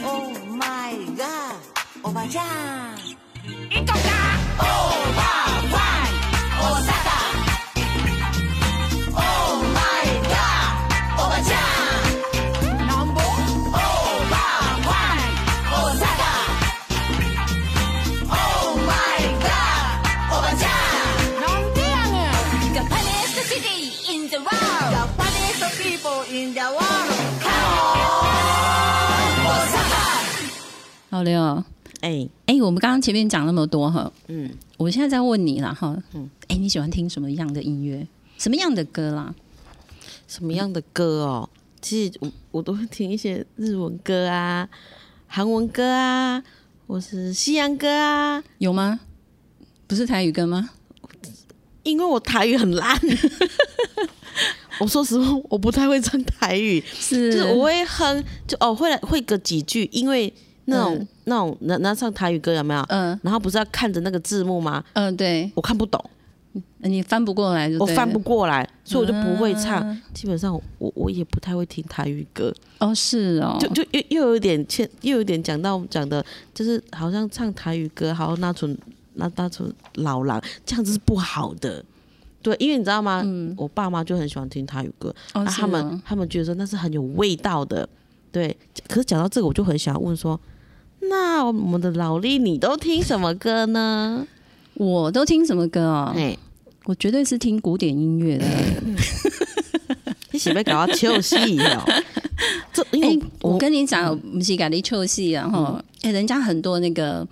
Oh my god おばちゃんいこか Oh, fun, fun, Osaka Oh my god おばちゃん老刘，哎、哎、我们刚刚前面讲那么多哈，嗯，我现在在问你了哈，嗯，哎、你喜欢听什么样的音乐？什么样的歌啦？什么样的歌哦？其实我我都会听一些日文歌啊、韩文歌啊，或是西洋歌啊，有吗？不是台语歌吗？因为我台语很烂。 我说实话，我不太会唱台语，是就是我会哼，就哦会来会个几句，因为那种、嗯那种那那唱台语歌有没有？嗯然后不是要看着那个字幕吗？嗯、对，我看不懂，你翻不过来就我对翻了不过来，所以我就不会唱。啊基本上我我也不太会听台语歌，哦，是哦，就就又又有点欠，又有点讲到我们讲的，就是好像唱台语歌，好像那种那那种老狼这样子是不好的。对，因为你知道吗？我爸妈就很喜欢听台语歌，嗯哦是那嗯啊他们哦他们觉得说那是很有味道的。对，可是讲到这个，我就很想问说，那我们的老力你都听什么歌呢？我都听什么歌哦？哎、我绝对是听古典音乐的。嗯你喜不喜欢搞到秋夕哦？ 这因哎、为我,、嗯我跟你讲，不是咖喱臭戏啊，哈、哎、人家很多那个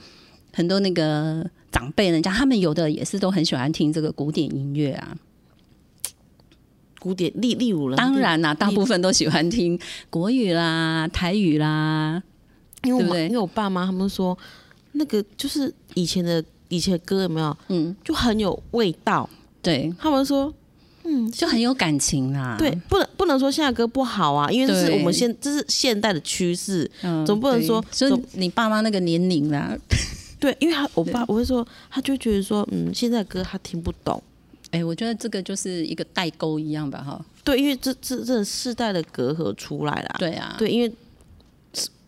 很多那个长辈，人家他们有的也是都很喜欢听这个古典音乐啊。古典例例如了，当然啦、大部分都喜欢听国语啦、台语啦。因为我对不对因为我爸妈他们说，那个就是以前的以前的歌有没有嗯，就很有味道？对，他们说就很有感情啦。嗯对，，不能不能说现在歌不好啊，因为这啊是对我们现这是现代的趋势，嗯总不能说对就是总你爸妈那个年龄啦。对，因为他我爸我会说，他就觉得说，嗯，现在的歌他听不懂，哎、我觉得这个就是一个代沟一样吧，哈。对，因为这这这世代的隔阂出来了，对啊，对，因为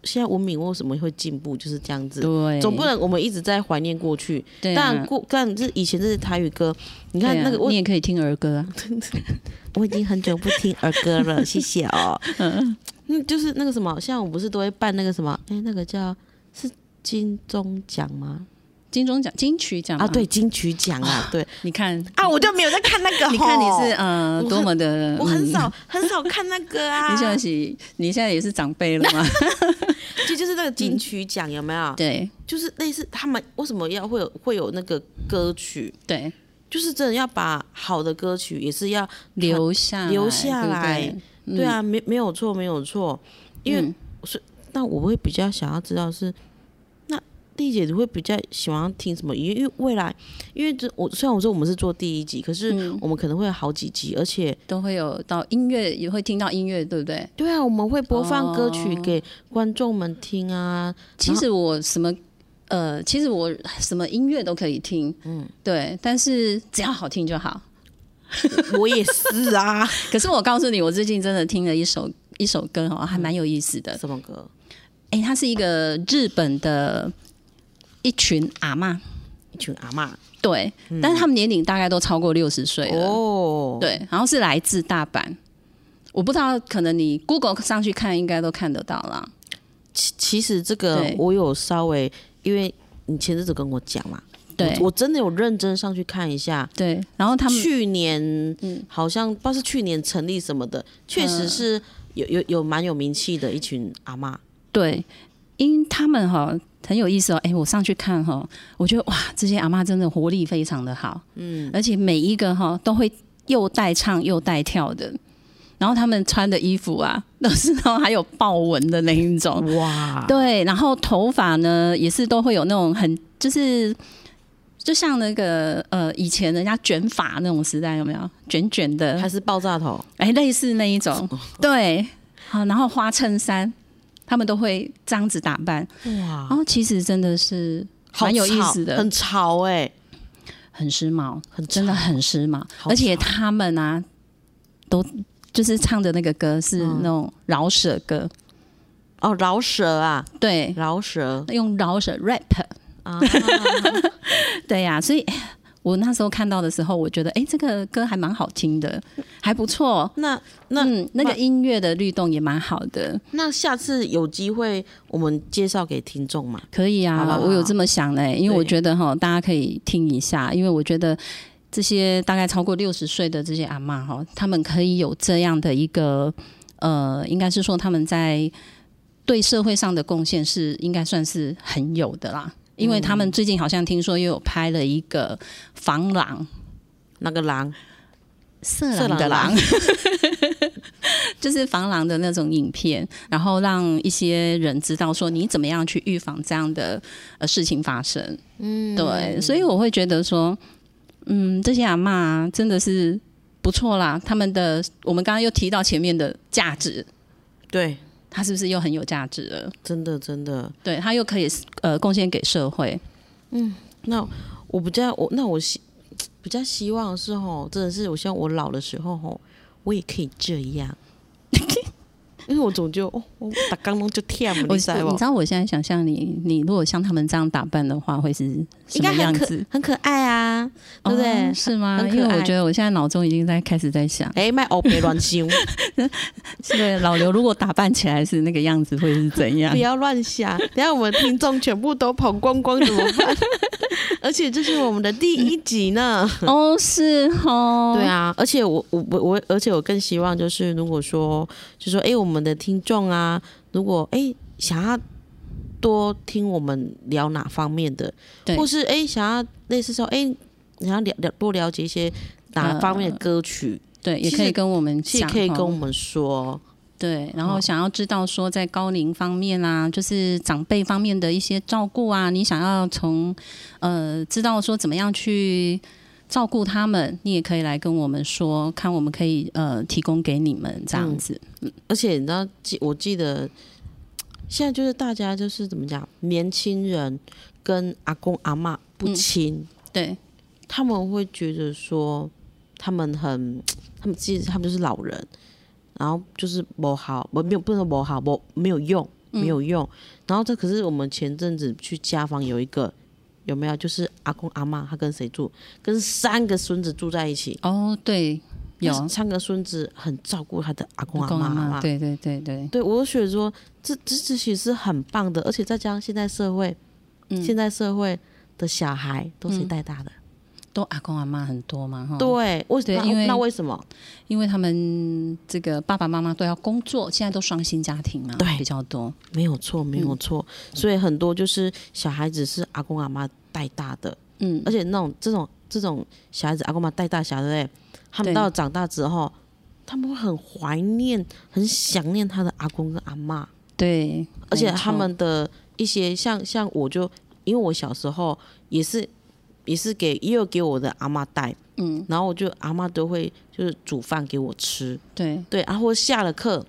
现在文明为什么会进步就是这样子，对，总不能我们一直在怀念过去，对啊、但过但是以前这是台语歌，你对看啊那个我你也可以听儿歌啊。我已经很久不听儿歌 了，谢谢哦。嗯，就是那个什么，像我不是都会办那个什么，哎、那个叫是金钟奖吗？金钟奖、金曲奖啊，嘛对，，金曲奖啊，对你看，啊，我就没有在看那个哦吼。你看你是呃我多么的，我很嗯少、很少看那个啊，你现在是， 你现在也是长辈了 吗？就就是那个金曲奖有没有？嗯对就是类似他们为什么要会有会有那个歌曲，对，就是真的要把好的歌曲也是要留下留下来对不对对，啊，没没有错，没有错，因为嗯所以那我会比较想要知道是，那丽姐你会比较喜欢听什么？因为因为未来，因为这我虽然我说我们是做第一集，可是嗯我们可能会有好几集，而且都会有到音乐，也会听到音乐，对不对？对啊，我们会播放歌曲哦给观众们听啊。其实我什么呃，其实我什么音乐都可以听，嗯，对，但是只要好听就好。 我也是 啊，可是我告诉你，我最近真的听了一首一首歌哦，还蛮有意思的。什么歌？哎、它是一个日本的一群阿嬷，一群阿嬷对，但是他们年龄大概都超过六十岁了，嗯哦，，对，然后是来自大阪。我不知道，可能你 Google 上去看，应该都看得到啦。其其实这个对我有稍微，因为你前阵子跟我讲嘛，对我，我真的有认真上去看一下。对，然后他们去年嗯好像不知道是去年成立什么的，确实是有有有蛮有名气的一群阿嬷。对，因他们哈很有意思哦。哎，我上去看哈，我觉得哇，这些阿嬷真的活力非常的好，嗯，而且每一个哈都会又带唱又带跳的，然后他们穿的衣服啊都是那种还有豹纹的那一种，哇，对，然后头发呢也是都会有那种很就是。就像那个呃，以前人家卷发那种时代有没有卷卷的？还是爆炸头，哎，类似那一种，对，好，然后花衬衫，他们都会这样子打扮，哇然，后其实真的是蛮有意思的，很潮哎、很时髦，很潮真的很时髦，好而且潮他们啊，都就是唱的那个歌是嗯那种饶舌歌，哦，饶舌啊，对，饶舌用饶舌 rap，啊，对呀、所以。哎我那时候看到的时候，我觉得哎、这个歌还蛮好听的，还不错。 那那、嗯，那个音乐的律动也蛮好的。那下次有机会我们介绍给听众嘛？可以好啊啦，我有这么想嘞、因为我对觉得哈，大家可以听一下，因为我觉得这些大概超过六十岁的这些阿嬷哈，他们可以有这样的一个呃，应该是说他们在对社会上的贡献是应该算是很有的啦。因为嗯他们最近好像听说又有拍了一个防狼那个狼色色狼的狼狼， 就是防狼的那种影片，然后让一些人知道说你怎么样去预防这样的呃事情发生。嗯，对，所以我会觉得说，嗯，这些阿嬷啊真的是不错啦，他们的我们刚刚又提到前面的价值，对，它是不是又很有价值了？真的真的。对，它又可以呃贡献给社会。那我比较我那我希比较希望的是吼，真的是我希望我老的时候吼，我也可以这样， 因为我总就哦，我打刚龙就跳，我你知道你不知？道我现在想象你，你如果像他们这样打扮的话，会是什应么该样很子可？很可爱啊，对不对哦？是吗？很可因为我爱觉得我现在脑中已经在开始在 想，哎，卖欧别乱想，对老刘如果打扮起来是那个样子，会是 怎样 不？要乱想，等下我们听众全部都跑光光怎么办？ 而且这是我们的第一集呢。哦，是哦，对，啊，而且我我我我，而且我更希望就是，如果说就说，哎、我们的听众啊，如果哎、诶想要多听我们聊哪方面的，对或是哎、诶想要类似说，哎、想要了了多了解一些哪方面的歌曲，对，也其可以实跟我们其实讲，可以哦跟我们说，对，然后哦想要知道说在高龄方面啊，就是长辈方面的一些照顾啊，你想要从呃知道说怎么样去照顾他们，你也可以来跟我们说，看我们可以呃提供给你们这样嗯子。而且你知道，记我记得现在就是大家就是怎么讲，年轻人跟阿公阿嬷不嗯亲。对，他们会觉得说，他们很，他们其实他们就是老人，然后就是不好，不没有不能说不好，不没有用，嗯没有用。然后这可是我们前阵子去家访有一个有没有？就是阿公阿妈他跟谁住？跟三个孙子住在一起，哦，对，有但是三个孙子很照顾他的阿公阿公妈阿阿妈，嬷对对对对，对，我就觉得说，这这这其实是很棒的，而且再加上现在社会，嗯现在社会的小孩都谁嗯带大的？都阿公阿妈很多嘛，哈，对，为对那因为那为什么？因为他们这个爸爸妈妈都要工作，现在都双薪家庭嘛，对比较多。没有错，嗯没有错。所以很多就是小孩子是阿公阿妈带大的，嗯而，且那种这种这种小孩子阿公阿妈带大小孩，对不对？他们对到了长大之后，他们会很怀念、很想念他的阿公跟阿妈。对，而且没错他们的一些像像我就因为我小时候也是也是给也有给我的阿妈带，嗯，然后我就阿妈都会就是煮饭给我吃，对对，然、啊、后下了课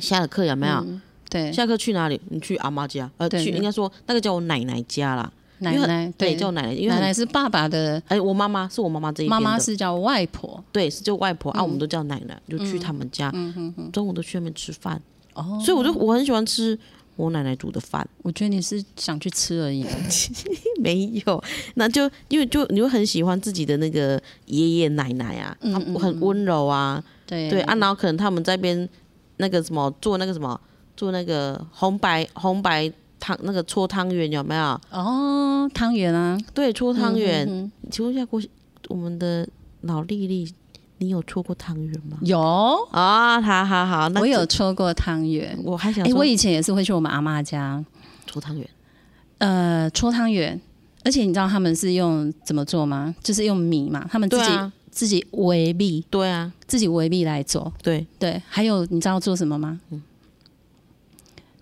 下了课有没有？嗯对，下课去哪里？你去阿妈家，呃，对去对应该说那个叫我奶奶家啦。奶因为奶对对叫奶奶，因为奶很奶是爸爸的，哎、我妈妈是我妈妈这一边妈的妈是叫外婆，对，是叫外婆、啊，嗯我们都叫奶奶，就去他们家，嗯哼哼，中午都去那边吃饭，哦，所以我就我很喜欢吃我奶奶煮的饭。 我觉得你是想去吃而已，没有，那就因为就你会很喜欢自己的那个爷爷奶奶啊，嗯 他嗯们很温柔啊，对对啊，然后可能他们在边那个什么做那个什么做那个红白红白汤那个搓汤圆有没有？哦，汤圆啊，对，搓汤圆。嗯哼请问一下郭我们的老丽丽，你有搓过汤圆吗哼？有，啊，好好好，那嗯我有就，搓过汤圆，我还想哎，说我以前也是会去我们阿妈家，搓汤圆，呃，搓汤圆，而且你知道他们是用怎么做吗？就是用米嘛，他们自对己、啊，自己围米，对啊，自己围米来做。对对，还有你知道做什么吗？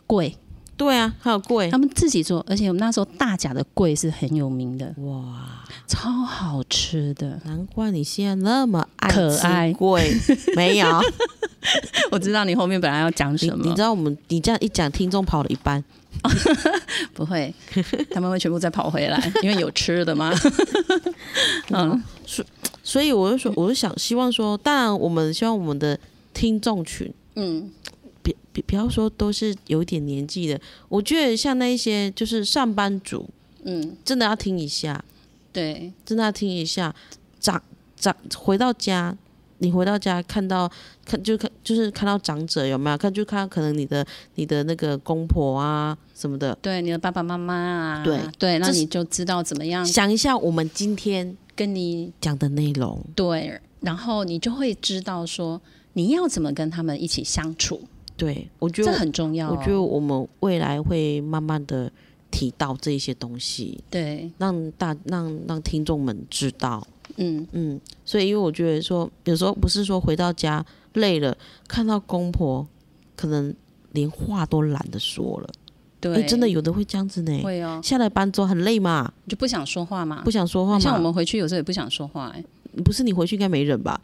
柜，对啊，还有贵他们自己做，而且我们那时候大甲的柜是很有名的，哇。。超好吃的难怪你现在那么爱可吃爱贵， 没有？ 我知道你后面本来要讲你什你么知，道我们你这样一讲，听众跑了一半。不 会，他们会全部再跑回来，因为有吃的 嘛。嗯，所以我就说，我就想希望说，当然我们希望我们的听众群，嗯，别别不要说都是有一点年纪的，我觉得像那一些就是上班族，嗯，真的要听一下，对，真的要听一下。长长回到家，你回到家看到看就看就是看到长者有没有看就看到可能你的你的那个公婆啊什么的，对，你的爸爸妈妈啊，对对，那这是你就知道怎么样想一下我们今天跟你讲的内容。对，然后你就会知道说你要怎么跟他们一起相处，对，我觉这得很重要、我觉得我们未来会慢慢的提到这一些东西，对，让大让让听众们知道。嗯，嗯，所以因为我觉得说，有时候不是说回到家累了，看到公婆，可能连话都懒得说了。对，哎，真的有的会啊这样子呢。会哦，下了班之后很累嘛，你就不想说话嘛，不想说话像我嘛。们回去有时候也不想说话、哎，不是你回去应该没人吧？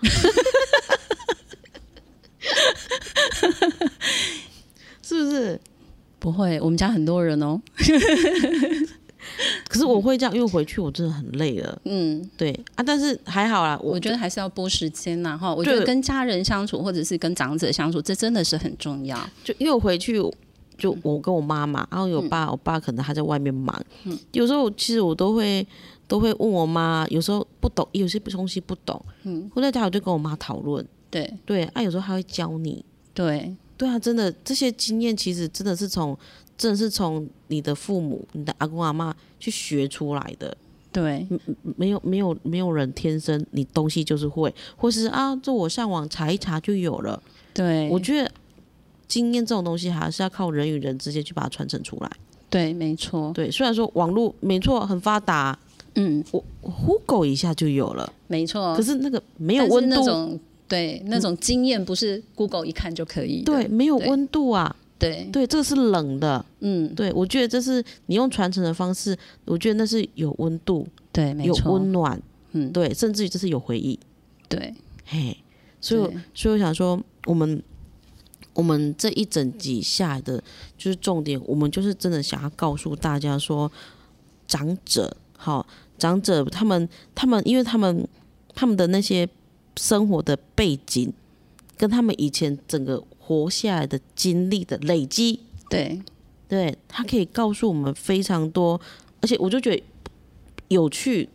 是不是？不会，我们家很多人哦，可是我会这样，因为回去我真的很累了。嗯，对啊，但是还好啦，我我觉得还是要拨时间呐，哈，我觉得对跟家人相处或者是跟长者相处，这真的是很重要，就因为我回去，就我跟我妈妈，然后有爸，我爸可能他在外面忙，有时候其实我都会都会问我妈，有时候不懂，有些东西不懂，嗯我在家我就跟我妈讨论，对对，啊，有时候她会教你，对对啊，真的这些经验其实真的是从真的是从你的父母、你的阿公阿妈去学出来的，对，嗯没有没有没有人天生你东西就是会，或是啊，这我上网查一查就有了。对，我觉得经验这种东西还是要靠人与人之间去把它传承出来。对，没错，对，虽然说网络没错很发达，嗯，我我 Google 一下就有了，没错，哦可是那个没没有温那度，种。对，那种经验不是 Google 一看就可以的。对，没有对温度啊，对，对，这个是冷的。嗯，对，我觉得这是你用传承的方式，我觉得那是有温度、对，没有错，温暖，嗯，对，甚至于这是有回忆。对，嘿，所以我对所以我想说，我们我们这一整集下来的就是重点，我们就是真的想要告诉大家说，长者好，长者他们他们，因为他们他们的那些生活的背景，跟他们以前整个活下来的经历的累积，对，对他可以告诉我们非常多，而且我就觉得有趣。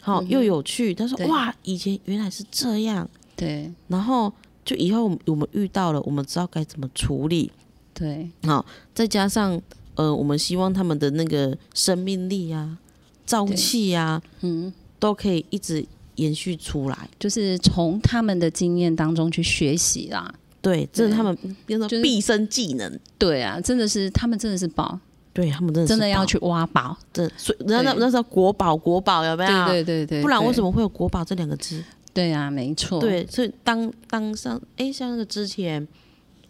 好，又有趣。他说：“嗯对哇，以前原来是这样，对，然后就以后我们我们遇到了，我们知道该怎么处理。对，好，再加上呃，我们希望他们的那个生命力啊、朝气啊，嗯，都可以一直延续出来。就是从他们的经验当中去学习啦。对，这是对他们变成就是毕生技能。对啊，真的是他们真的是宝，对他们真的是真的要宝去挖宝。真的，所以那那对那时候国宝国宝有没有？对对对对，不然为什么？么会有国宝这两个字？对啊，没错。对，所以当当上哎，像那个之前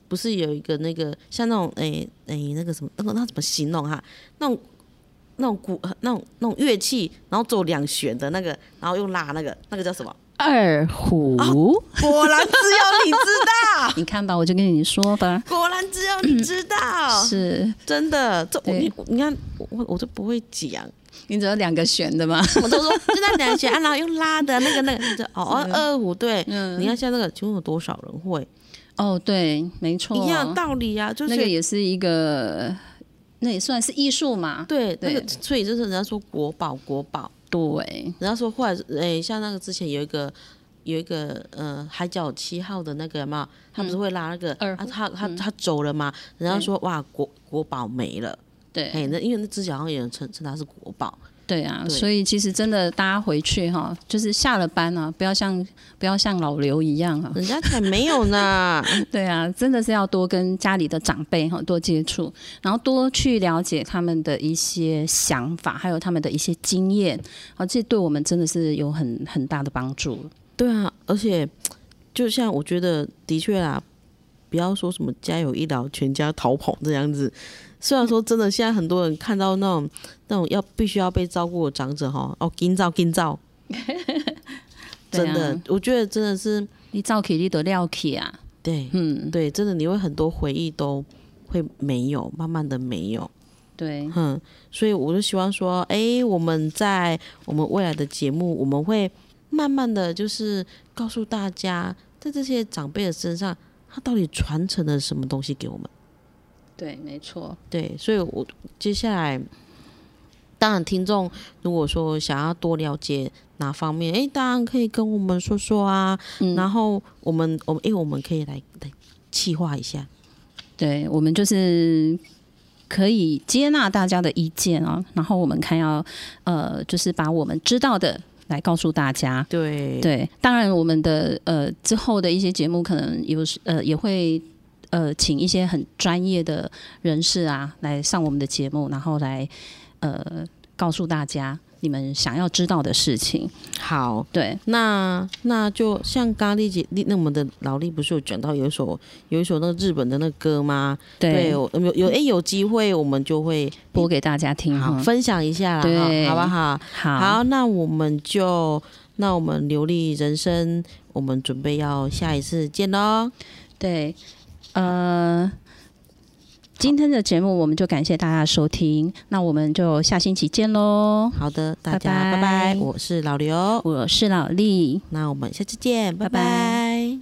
不是有一个那个像那种诶诶、那个什么那个那怎么形容哈、那种那种鼓那种那种乐器，然后做两弦的那个，然后又拉那个那个叫什么？ 二胡、啊果然只有你知你看吧，我就跟你说吧，道，果然只有你知道，嗯是 真的。这我对你你看我我就不会讲，你只有两个弦的吗？我都说就那两弦，啊然后又拉的那个那个，就哦 是二五对。嗯你看现在那个，请问有多少人会？哦，对，没错，一样的道理啊，就是那个也是一个，那也算是艺术嘛。对，那个对所以就是人家说国宝，国宝，对，人家说后来诶、像那个之前有一个有一个呃海角七号的那个嘛，他不是会拉那个、嗯二啊，胡他他嗯他走了嘛，人家说哇国国宝没了，哎、对，那因为那之前好像有人称称它是国宝，对啊，对所以其实真的，大家回去哈，就是下了班啊，不要像不要像老刘一样啊，人家才没有呢， 对啊，真的是要多跟家里的长辈哈多接触，然后多去了解他们的一些想法，还有他们的一些经验，啊，这对我们真的是有很很大的帮助。对啊，而且就像我觉得的确啦，不要说什么家有一老全家逃跑这样子。虽然说真的，现在很多人看到那种那种要必须要被照顾的长者哈，哦，今照今 照，对真的，啊、我觉得真的是你照起你都料起啊，对、嗯，对，真的你会很多回忆都会没有，慢慢的没有。对，嗯，所以我就希望说，哎、我们在我们未来的节目，我们会慢慢的就是告诉大家，在这些长辈的身上，他到底传承了什么东西给我们。对，没错，对，所以我接下来，当然听众如果说想要多了解哪方面，哎、当然可以跟我们说说啊。嗯，然后我们我们哎、我们可以来来计划一下，对，我们就是可以接纳大家的意见啊，然后我们看要呃，就是把我们知道的来告诉大家。对对，当然我们的呃之后的一些节目可能有时呃也会呃请一些很专业的人士啊来上我们的节目，然后来呃告诉大家你们想要知道的事情。好。对，那那就像刚丽姐，那我们的劳力不是有讲到有一首有一首那个日本的那个歌吗？对，有有有哎、有机会我们就会播给大家听好哈。分享一下嗯啦，对好好不好？好好，那我们就那我们流利人生，我们准备要下一次见喽。对，呃，今天的节目我们就感谢大家的收听，那我们就下星期见喽。好的，大家拜拜拜拜我是老刘，我是老李。那我们下次见，拜拜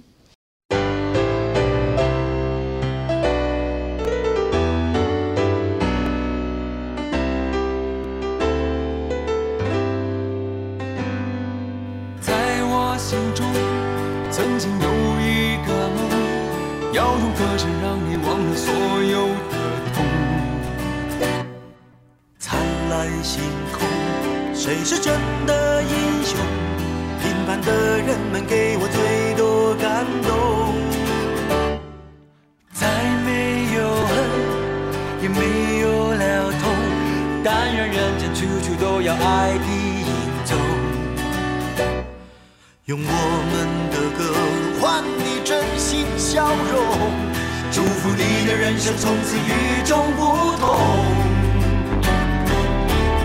拜在我心中，曾经有一个梦，要用歌声让你忘了所有的痛。灿烂星空，谁是真的英雄？平凡的人们给我最多感动。再没有恨，也没有了痛，但愿人间处处都有爱的影踪。用我们的歌换你真心笑容，祝福你的人生从此与众不同。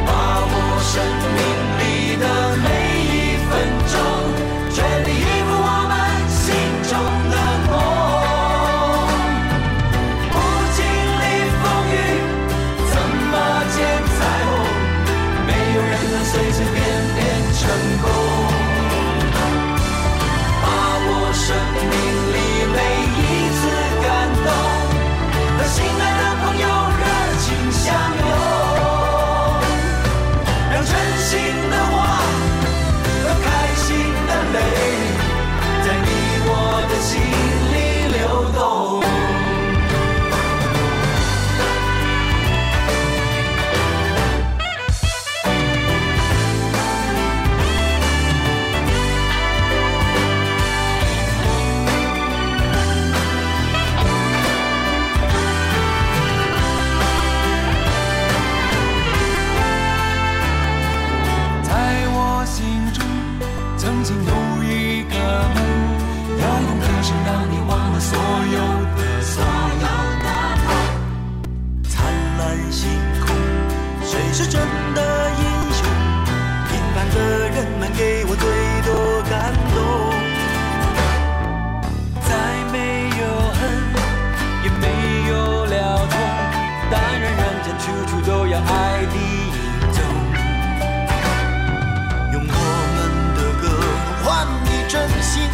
把握生命里的每一分钟，全力以赴我们心中的梦。不经历风雨，怎么见彩虹？没有人能随随便便成功。把握生命里每一次感动，和心爱的朋友。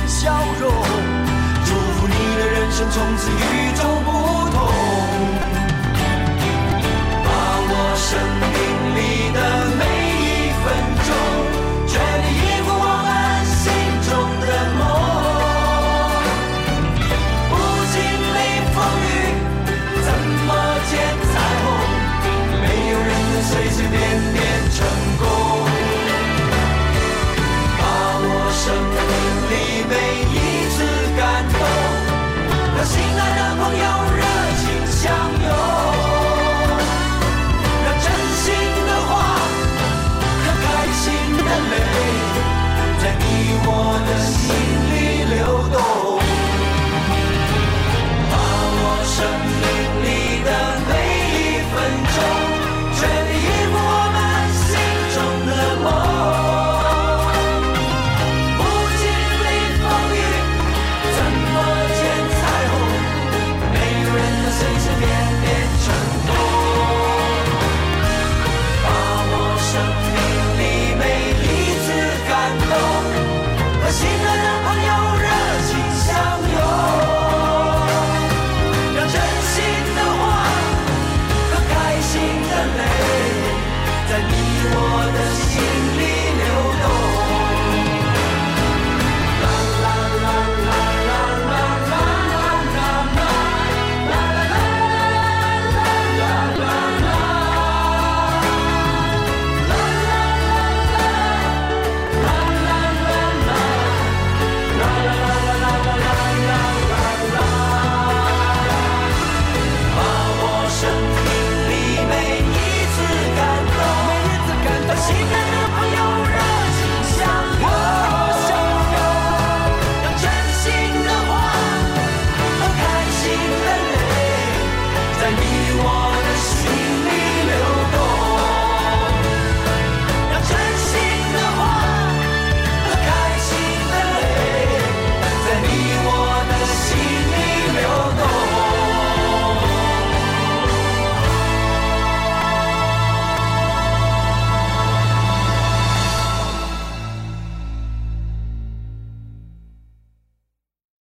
笑容，祝福你的人生从此与众